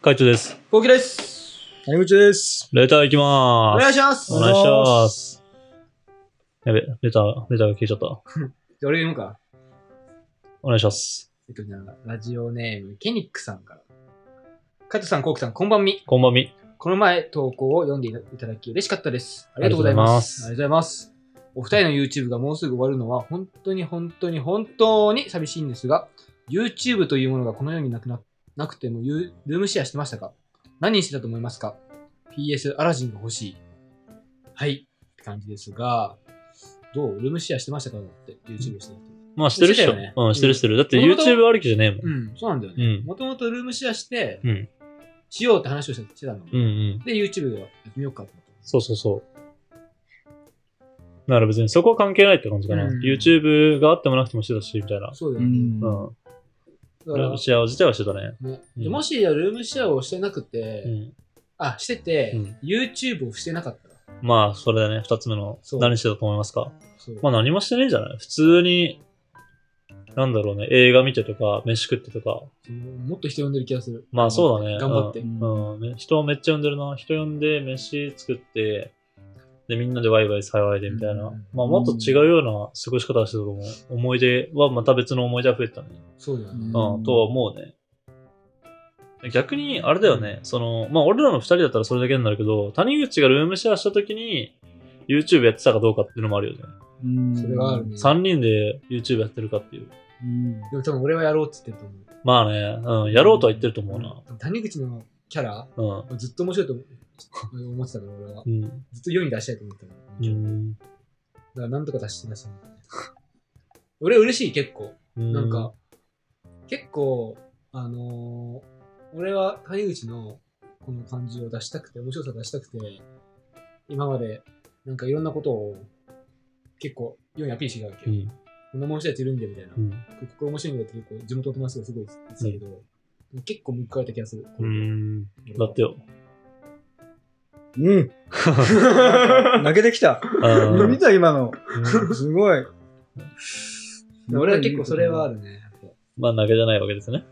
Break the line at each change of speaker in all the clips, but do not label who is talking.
会長です。
コウキです。
谷口です。
レター行きま
お
ー
願い
す。
します。
お願いします。やべ、レター、レターが消えちゃった。
じゃあ俺読むか。
お願いします。
えっとね、ラジオネーム、ケニックさんから。カイトさん、コウキさん、こんばんみ。
こんばんみ。
この前、投稿を読んでいただき嬉しかったです。ありがとうございます。
あ
ありがとうございます。お二人の YouTube がもうすぐ終わるのは、本当に本当に本当に寂しいんですが、YouTube というものがこの世になくな、なくても、ゆルームシェアしてましたか何してたと思いますか ?PS、アラジンが欲しい。はい。って感じですが、どうルームシェアしてましたかだって、YouTube してた人。
まあ、してるっし
して
ょ。
たよね
うん、してるしてる。だって
うん元々
YouTube ありきじゃねえもん。
うん、そうなんだよ
う
ね。
ん。
もともとルームシェアして、
うん。
しようって話をしてたの。
うんうん。
で、YouTube をやってみようかと思って。
そうそうそう。だから別にそこは関係ないって感じかな。
うん
YouTube があってもなくてもしてたし、みたいな。
そうだ
う
よね。
ん
う。ん。
だ
ラ
から
ブシェア自体はしてたね。
ね
うん
でもしルームシェアをしてなくて、
うん。
あしてて、
うん
YouTube をしてなかったら
まあ、それだね。二つ目の
そ。う
何してたと思いますか
そう、
まあ何もしてねえんじゃない普通に、なんだろうね。映画見てとか、飯食ってとか。
もっと人呼んでる気がする
まあそうだね。
頑張って、
うん
うん。ね人をめっちゃ呼んでるな。人呼んで、飯作って、で、みんなでワイワイ騒いでみたいな。
うん
まあもっと違うような過ごし方をしてたと思う。思い出はまた別の思い出が増えたね。
そうだよね、
うん、とは思うね。逆に、あれだよね、その、まあ、俺らの二人だったらそれだけになるけど、谷口がルームシェアした時に、YouTube やってたかどうかっていうのもあるよね。
うん
それがあるね、
三人で YouTube やってるかっていう。
うん
でも多分俺はやろうって言ってると
まあね、うん、やろうとは言ってると思う
思
な
う、。でも谷口のキャラ
うん。
ずっと面白 いと思思ってたから俺は
うん。
ずっと世に出したいと思ってたの
う
だ
ん。
からなんとか出して出したい俺嬉しい結構
な
なんか、、結構、あのー俺は谷口のこの感じを出したくて、面白さ出したくて、今までなんかいろんなことを結構世にアピールしてたわ
う
け。
ん。
こんな面白いやついるんだよみたいな。
う
こ
ん。
ここ面白いんだよって結構地元の友達がすごい言ってたけど、結構報われた気がする。
うん。だってよ。
うん。泣けてきた。
うん
見た今の。
うん
すごい。
俺は結構それはあるね。
まあ、投げじゃないわけですね。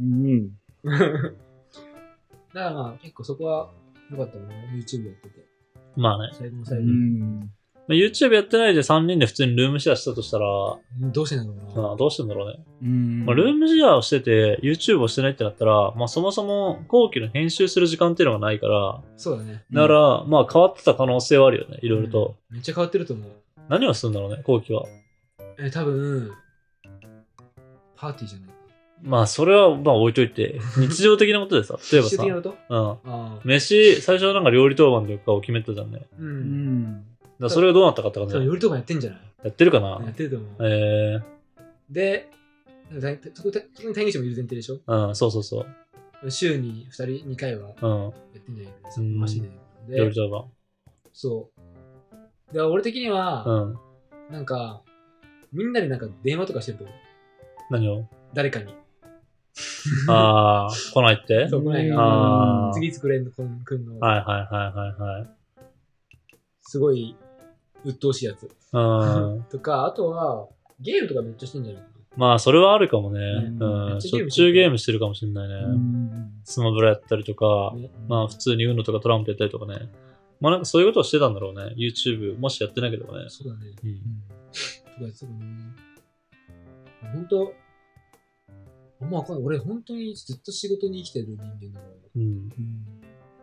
うん。
だからまあ結構そこは良かったね。YouTube やってて。
まあね。
最後の
う
最後、
ん。
まあ YouTube やってないで3人で普通にルームシェアしたとしたら、
どうしてんだろうな。
まあ、どうしてんだろうね。
うん
まあ、ルームシェアをしてて、YouTube をしてないってなったら、まあ、そもそも後期の編集する時間っていうのがないから、
そうだね。
だから、まあ、変わってた可能性はあるよね、いろいろと。
めっちゃ変わってると思う。
何をするんだろうね、後期は。
えー、多分、パーティーじゃない。
まあ、それは、まあ、置いといて、日常的なことでさ、例えば
一緒
さ
的、なこと
うん。
ああ。
飯、最初はなんか料理当番とかを決めてたじゃんね。だか
う。
うんん。
らそれがどうなったかって感
多
じだ
分、
よ
よりとかやってんじゃない
やってるかな
やってると思う。
え
で、だそこ、たそこに谷口もいる前提でしょ
ー、うん、そうそうそう。
週に2人、2回は
うん、
やってんじゃないかな、
うん
マジで。
料
で
理、当番。
そう。で、俺的に
う
は、
ん。
なんか、みんなでなんか電話とかしてると思う。
何を
誰かに。
ああ、来ないって
そう、この辺
あ
が
ー。
次作れんの、こんくんの、
はいはいはいはいはい。
すごい、鬱陶しいやつ。
うん。
とか、あとは、ゲームとかめっちゃしてんじゃないかな。
まあ、それはあるかもね。
う
うん
めっ。ちゃ
し
ゲ
ょ
ー
っ
ムしてる
ちゅうゲームしてるかもしれないね。
うん
スマブラやったりとか、
ね
まあ、普通に UNO とかトランプやったりとかね。まあ、なんかそういうことをしてたんだろうね。YouTube、もしやってなければね。
そうだね。
うん。
とかやってたもんね。ほんと、あんまわかんない。俺、本当にずっと仕事に生きてる人間だから、
うん。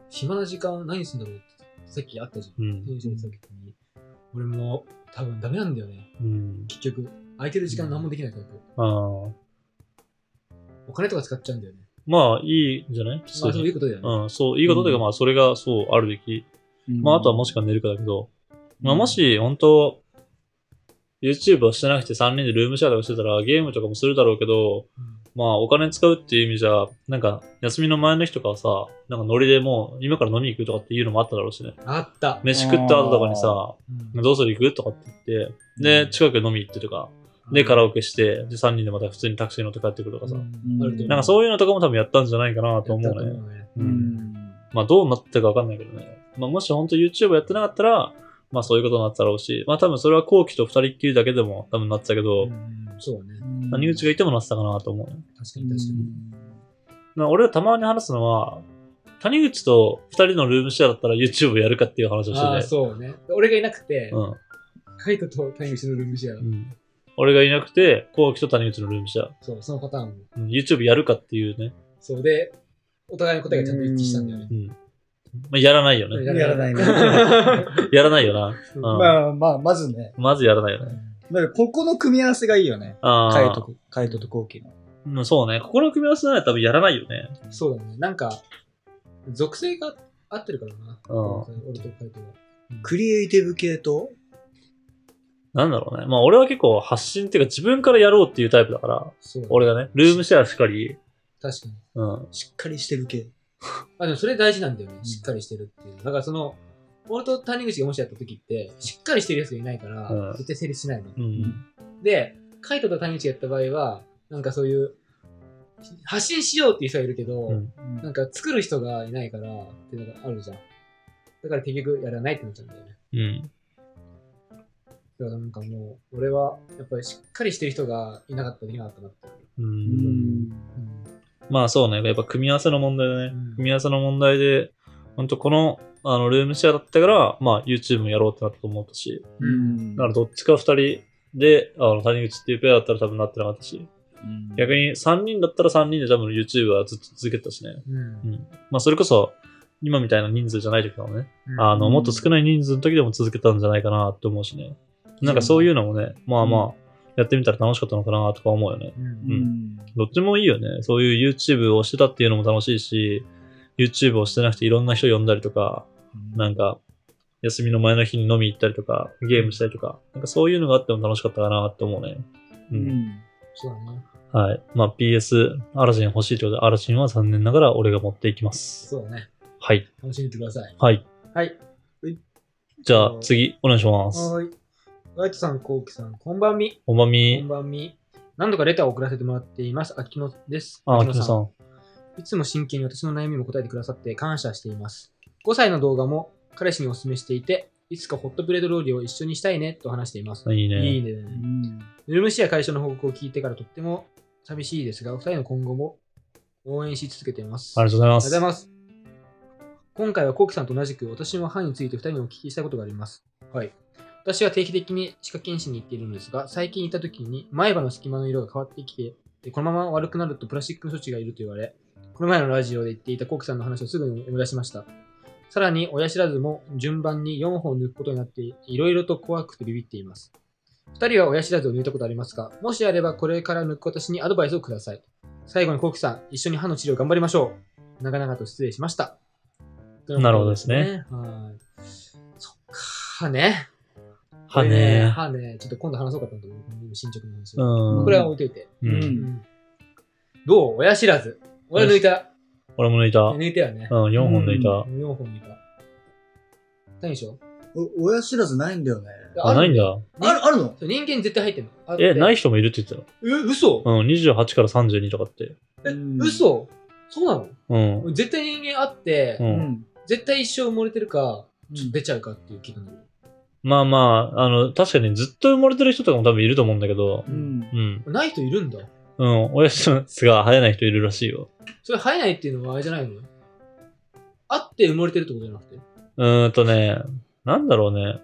暇な時間何すんだろうって、さっきあったじゃん。
うん
テ。ンションさっきに。俺も、多分ダメなんだよね。
うん。
結局、空いてる時間何もできないから、
ああ。
お金とか使っちゃうんだよね。
まあ、いいんじゃない普
まあ、
通
そうい
に。
うことだよね。
うん、そう、いいことというか、
うん
まあ、それが、そう、あるべき。まあ、あとはもし
か、
か寝るかだけど、まあ、も、し、本当 YouTube をしてなくて3人でルームシェアとかしてたら、ゲームとかもするだろうけど、まあ、お金使うっていう意味じゃ、なんか、休みの前の日とかはさ、なんかノリでもう、今から飲みに行くとかっていうのもあっただろうしね。
あった。
飯食った後とかにさ、
うん
どうする行くとかって言って、で、近く飲み行ってとか、で、カラオケして、で、3人でまた普通にタクシー乗って帰ってくるとかさ
う。んあると思う。
なんかそういうのとかも多分やったんじゃないかなと
やった
思
と
うね。
思うね。
う
うん
ん。
まあ、どうなったかわかんないけどね。まあ、もし本当 YouTube やってなかったら、まあ、そういうことになってたろうし、まあ、多分それは後期と二人っきりだけでも多分なってたけど、
うんそうだね。
まあ、入口がいてもなってたかなと思うね。
確かに確かに。
まあ俺らたまに話すのは、谷口と二人のルームシェアだったら YouTube やるかっていう話を
ああ、
してて。
そうね。俺がいなくて、
うん
カイトと谷口のルームシェア
う。ん。俺がいなくて、後期と谷口のルームシェア。
そう、そのパターンも。
うん YouTube やるかっていうね。
そうで、お互いの答えがちゃんと一致したんだよね。
うん。まあ、やらないよね。
んやらないね
やらないよな。
うん
うん
まあまあ、まずね。
まずやらないよね。
だからここの組み合わせがいいよね。
ああ。
カイトと、カイトとコウキの。
うん、そうね。ここの組み合わせなら多分やらないよね。
そうだね。なんか、属性が合ってるからな。
うん。
俺とカイトは。
クリエイティブ系と、
なんだろうね。まあ俺は結構発信っていうか自分からやろうっていうタイプだから、
そうだね。
俺がね、ルームシェアしかり、
確かに。
うん。
しっかりしてる系。
あ、でもそれ大事なんだよね。
ん
しっかりしてるっていう。だからその、俺と谷口がもしやった時って、しっかりしてるやつがいないから、
うん
絶対成立しないの。
うん。
で、カイトと谷口がやった場合は、なんかそういう、発信しようっていう人はいるけど、
うん
なんか作る人がいないからっていうのがあるじゃん。だから結局やらないってなっちゃうんだよね。
うん。
だからなんかもう、俺はやっぱりしっかりしてる人がいなかったらできなかったなって。
う。
うんん。
まあそうね。やっぱ組み合わせの問題だね。組み合わせの問題で、ほんとこの、あの、ルームシェアだったから、まあ YouTube もやろうってなったと思ったし、だからどっちか二人で、あの、谷口っていうペアだったら多分なってなかったし、逆に三人だったら三人で多分 YouTube はずっと続けてたしね。
うん。
うん。まあそれこそ、今みたいな人数じゃない時かもね。
うん
あの、もっと少ない人数の時でも続けたんじゃないかなって思うしね。なんかそういうのもね、まあまあ、やってみたら楽しかったのかなとか思うよね。
うん
うどっちもいいよね。そういう YouTube をしてたっていうのも楽しいし、YouTube をしてなくていろんな人呼んだりとか、なんか、休みの前の日に飲み行ったりとか、ゲームしたりとか、なんかそういうのがあっても楽しかったかなって思うね。う。
うんん。
そうだね。
はい。まあ PS、アラジン欲しいってことで、アラジンは残念ながら俺が持っていきます。
そうだね。
はい。
楽しんでてください。
はい。
はい。
じゃあ次、お願いします。
はーい。ライトさん、コウキさん、こんばんみ。
おまみ
こんばんみ。何度かレターを送らせてもらっています。秋野です。
あ、秋野さ
ん。
ん。
いつも真剣に私の悩みも答えてくださって感謝しています。5歳の動画も彼氏にお勧めしていて、いつかホットプレート料理を一緒にしたいねと話しています。
いいね。
いいね。ルームシェア解消の報告を聞いてからとっても寂しいですが、お二人の今後も応援し続けています。
ありがとうございます。
ありがとうございます。今回はコウキさんと同じく、私も歯について2人にお聞きしたいことがあります。はい。私は定期的に歯科検診に行っているのですが、最近行った時に前歯の隙間の色が変わってきて、でこのまま悪くなるとプラスチックの処置がいると言われ、この前のラジオで言っていたコウキさんの話をすぐに思い出しました。さらに、親知らずも順番に4本抜くことになって、いろいろと怖くてビビっています。2人は親知らずを抜いたことありますかもしあれば、これから抜く私にアドバイスをください。最後にコウキさん、一緒に歯の治療頑張りましょう。長々と失礼しました。
なるほどですね。
はい。そっか、ね。
は
これ
ね。
歯ね。ちょっと今度話そうかと思ったんだけど、進捗の話
う
を。
ん。
これは置いといて。
う。
うんん
うんどう親知らず。俺抜いた。
俺も抜いた。うん、
抜いたよね。
4本抜いた。
4本抜いた。何でしょ
お親知らずないんだよね。
あ、ないんだ。
ある、あるの
そう人間絶対入ってんの。あって
え、ない人もいるって言ってた
え、嘘
の。うん、28から32とかって。
え
うん
嘘そうな
うん。
の絶対人間あって
う、。
うんん。
絶対一生埋もれてるか、ちょっと
で
出ちゃうかっていう気がする。
まあまあ、あの、確かにずっと埋もれてる人とかも多分いると思うんだけど、
うん。
うん。
ない人いるんだ。
うん。親父のすが生えない人いるらしいよ。
それ生えないっていうのはあれじゃないのあって埋もれてるってことじゃなくて。
うーんとね、なんだろうね。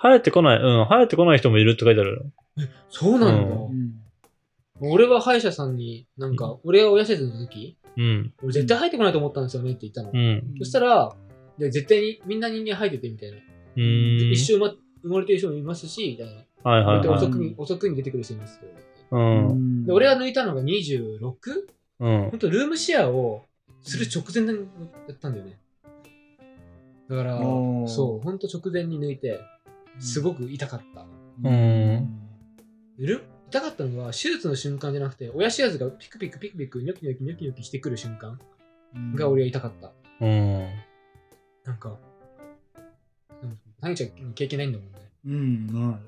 生えてこない、うん、生えてこない人もいるって書いてある。
そうなんだ。
う
俺は歯医者さんに、なんか、俺が親知らずの時、
うん。
俺絶対生えてこないと思ったんですよねって言ったの。
うん。
そした
ら、
ら、いや絶対にみんな人間生えててみたいな。
うーん。
一生埋もれてる人もいますし、みたいな。
はいはい、
遅
はい。
くに、遅くに出てくる人いますけど。
う。
うんん
で、俺が抜いたのが 26?
うん。
本当ルームシェアをする直前にやったんだよね。だから、
おー
そう、本当直前に抜いて、すごく痛かった。
うん。
る痛かったのは手術の瞬間じゃなくて親知らずがピクピクピクピクニョキニョキニョキニョキしてくる瞬間が俺は痛かった、
うん。
なんかうん谷ちゃん経験ないんだもんね
うん、な
こ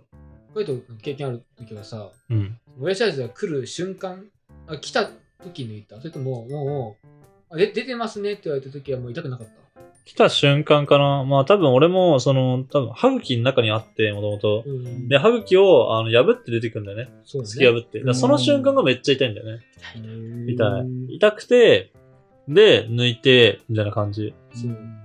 ういうと経験ある時はさ
うん。
親知らずが来る瞬間あ来た時抜いたそれとももうあで出てますねって言われた時はもう痛くなかった
来た瞬間かな。まあ多分俺も、その、多分歯茎の中にあって、もともと。
うん
で、歯茎をあの破って出てくるんだよね。
そう
突
だ
き
ね
破って。だからその瞬間がめっちゃ痛いんだよね。
痛いね
痛
い
い。痛くて、で、抜いて、みたいな感じ。
うん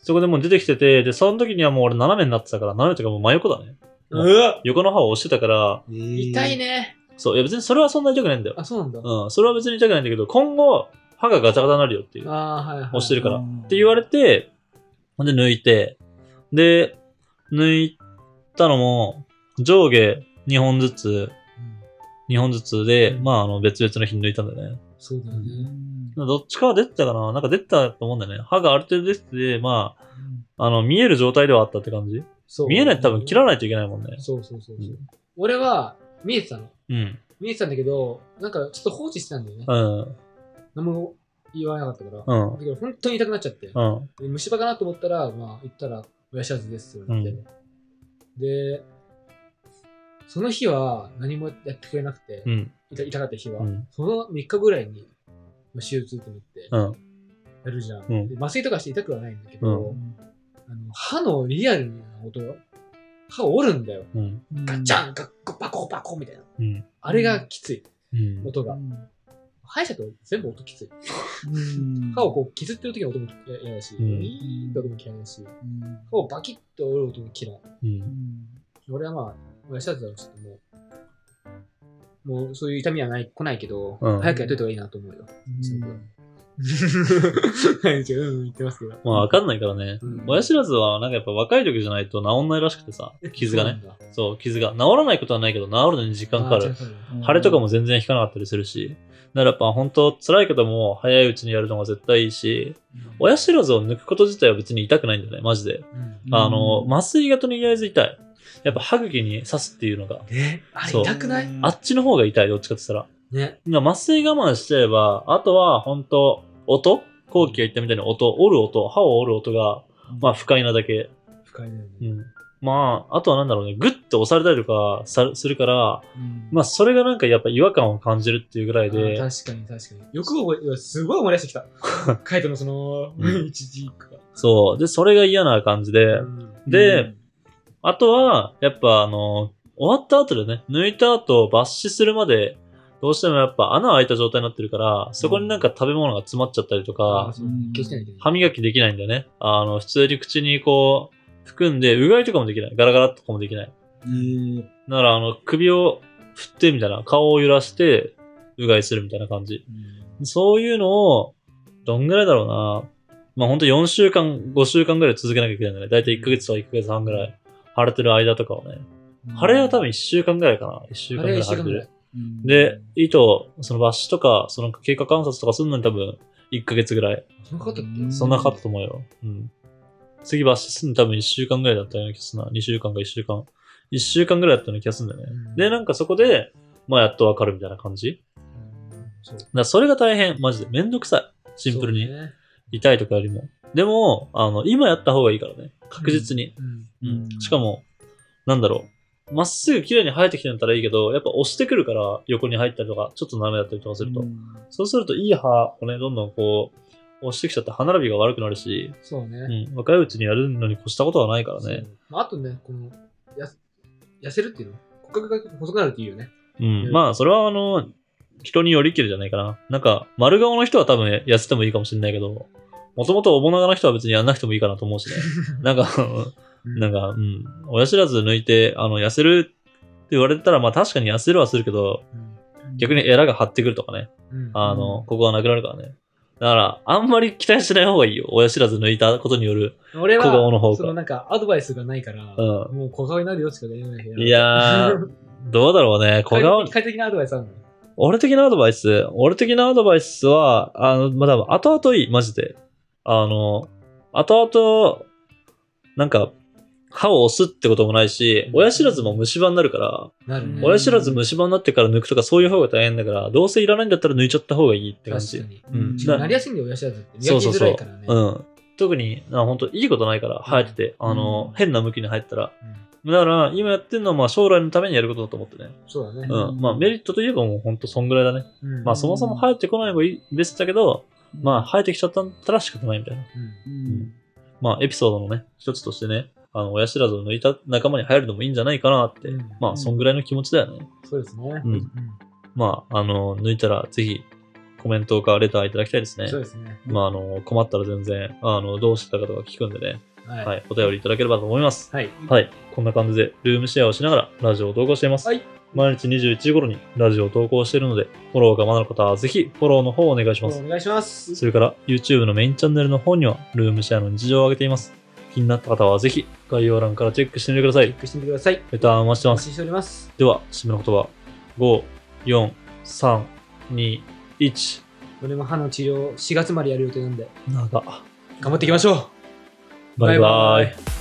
そこでもう出てきてて、で、その時にはもう俺斜めになってたから、斜めというかもう真横だね。
うわ
横の歯を押してたから、
痛い。ね。
そう、いや別にそれはそんな痛くないんだよ。
あ、そうなんだ。
うん、それは別に痛くないんだけど、今後、歯がガタガタになるよっていう。っ
あーはいはい。
押してるから
って
言われて、ほんで抜いて、で、抜いたのも、上下2本ずつ、
うん
2本ずつで、まあ、あの、別々の日に抜いたんだよね。
そうだよね。
どっちかは出てたかななんか出てたと思うんだよね。歯がある程度出てて、まあ、あの、見える状態ではあったって感じ。
そう
見えないと多分切らないといけないもんね。。
そうそうそうそううん俺は、見えてたの。
うん。
見えてたんだけど、なんかちょっと放置してたんだよね
う。ん。
何も言わなかったから。だ
うん。
けど、本当に痛くなっちゃって。
うん。
で虫歯かなと思ったら、まあ、行ったら、親知らずですって言われて。で、その日は何もやってくれなくて、
うん。
痛痛かった日は、
うん。
その3日ぐらいにまあ手術ってなって、
うん。
やるじゃん。
うん
で麻酔とかして痛くはないんだけど、
う
あの歯のリアルな音歯折るんだよ。
うん。
ガッチャン、ガッコ、パコパコみたいな。
うん。
あれがきつい、
うん。
音
う
が。
ん
歯医者と全部音きつい。
うん
歯をこう削ってる時の音も嫌だし、ウ
うん
ィーンって音も嫌いだし、
うん
歯をバキッと折る音も嫌い。
うん。
俺はまあ、親知らずはちょっともう、もうそういう痛みはない、来ないけど、
うん
早くやっといた方がいいなと思うよ。
うん
はい、違う、うん、言ってますけど。
まあ、わかんないからね。
うん
親知らずは、なんかやっぱ若い時じゃないと治んないらしくてさ、傷がね。
そうなんだ。
そう、傷が。治らないことはないけど、治るのに時間かか
あ
る
ー。。違う違う
腫れとかも全然引かなかったりするし。だからやっぱ本当辛いけども、早いうちにやるのが絶対いいし、親知らずを抜くこと自体は別に痛くないんだよね、マジで。
うん
あの、麻酔がとりあえず痛い。やっぱ歯茎に刺すっていうのが。
え
あれ
そう
痛くない
あっちの方が痛い、どっちかって言ったら。
ね。
今麻酔我慢しちゃえば、あとは本当音後期が言ったみたいに音、折る音、歯を折る音が、まあ不快なだけ。
不快だよね。
うん。まあ、あとはなんだろうね、グッと押されたりとかさするから、まあそれがなんかやっぱ違和感を感じるっていうぐらいで、
あー確かに確かに。よく覚えうわ、すごい思い出してきた。カイトのその、
う
一時期が。
そう。で、それが嫌な感じで、で、あとは、やっぱあの、終わった後でね、抜いた後、抜歯するまで、どうしてもやっぱ穴開いた状態になってるから、そこになんか食べ物が詰まっちゃったりと
あ
か
あ、、そうね気をつけないといけない。
歯磨きできないんだよね。あの、普通に口にこう、含んで、うがいとかもできない。ガラガラとかもできない。だから、あの、首を振ってみたいな、顔を揺らして、うがいするみたいな感じ。そういうのを、どんぐらいだろうな。まあ、ほんと4週間、5週間ぐらい続けなきゃいけないんだね。だいたい1ヶ月とか1ヶ月半ぐらい、腫れてる間とかはね。腫れは多分1週間ぐらいかな。1週間
あ
ぐ
れ
ら
一
い腫
週
れ
間
て
ぐら
る
い。。
で、糸、その抜歯とか、その経過観察とかするのに多分、1ヶ月ぐらい。
そんなことだっ
うん
け
そんなかったと思うよ。うん。次抜歯するの多分1週間ぐらいだったような気がするな。2週間か1週間。1週間ぐらいだったような気がするんだよね。で、なんかそこで、まあやっとわかるみたいな感じ。
そう
だからそれが大変。マジで。めんどくさい。シンプル
そう
に。
ね
痛いとかよりも。でも、あの、今やった方がいいからね。確実に。
うん
うん。しかも、なんだろう。まっすぐ綺麗に生えてきてんだったらいいけど、やっぱ押してくるから横に入ったりとか、ちょっと斜めだったりとかすると。そうするといい歯をね、どんどんこう、押してきちゃって歯並びが悪くなるし、
そうね。
うん、若いうちにやるのに越したことはないから
そう
ね。
まあ、あとね、この、や痩せるっていうの骨格が細くなるっていうよね。
うん
う。ん
まあ、それはあの、人によりきるじゃないかな。なんか、丸顔の人は多分痩せてもいいかもしれないけど、もともとおぼながの人は別にやんなくてもいいかなと思う しね。なんか、なんか、うん。親知らず抜いて、あの、痩せるって言われたら、まあ確かに痩せるはするけど、
うん、
逆にエラが張ってくるとかね。
うん
あの、ここがなくなるからね。だから、あんまり期待しない方がいいよ。親知らず抜いたことによる
俺
小顔
は、
の方
その
が。
なんかアドバイスがないから、
う
もう小顔になるよしか言えないけど
ん。いや ー、どうだろうね。小顔
機、械的なアドバイスあるの
俺的なアドバイス、俺的なアドバイスは、あの、まあ、多分後々いい、マジで。あの、後々、なんか、歯を押すってこともないし、親知らずも虫歯になるから、
なるね。
親知らず虫歯になってから抜くとかそういう方が大変だから、どうせいらないんだったら抜いちゃった方がいいって感
確か
じ。
に。
うん。
自
だ
分なりやすいんだよ、親知らずって。
そ
磨
う
き
そう
づ
そ
ら
う
いからね。
うん。特に、あ本当いいことないから、生えてて、あの、
うん
変な向きに入ったら。だから、今やってるのは、まあ、将来のためにやることだと思ってね。
そうだね。
う。
うんん
まあ、メリットといえばもう本当そんぐらいだね。
うん
まあ、そもそも生えてこない方がいいですだけど、まあ、生えてきちゃったんだったら仕方ないみたいな。
うん
まあ、エピソードのね、一つとしてね、あの、親知らずを抜いた仲間に入るのもいいんじゃないかなって。
うん
まあ、そんぐらいの気持ちだよね。
そうですね。
うん。まあ、あの、抜いたら、ぜひ、コメントかレターいただきたいですね。
そうですね。
まあ、あの、困ったら全然、あの、どうしてたかとか聞くんでね、
はい。
はい、お便りいただければと思います。
はい。
はい、こんな感じで、ルームシェアをしながらラジオを投稿しています。
はい
毎日21時頃にラジオを投稿しているので、フォローがまだの方はぜひフォローの方をお願いし
お
ます。
願いします。
それから YouTube のメインチャンネルの方にはルームシェアの日常を上げています。気になった方はぜひ概要欄からチェックしてみてくださ
チェ
い
ッ。クしてみてください。
レターンを回して
お
ま
待
す。
ちしております。
では、締めの言葉。5、4、3、2、1。
俺も歯の治療4月までやる予定なんで、
なんだ。
頑張っていきましょう
バイバイ。
イ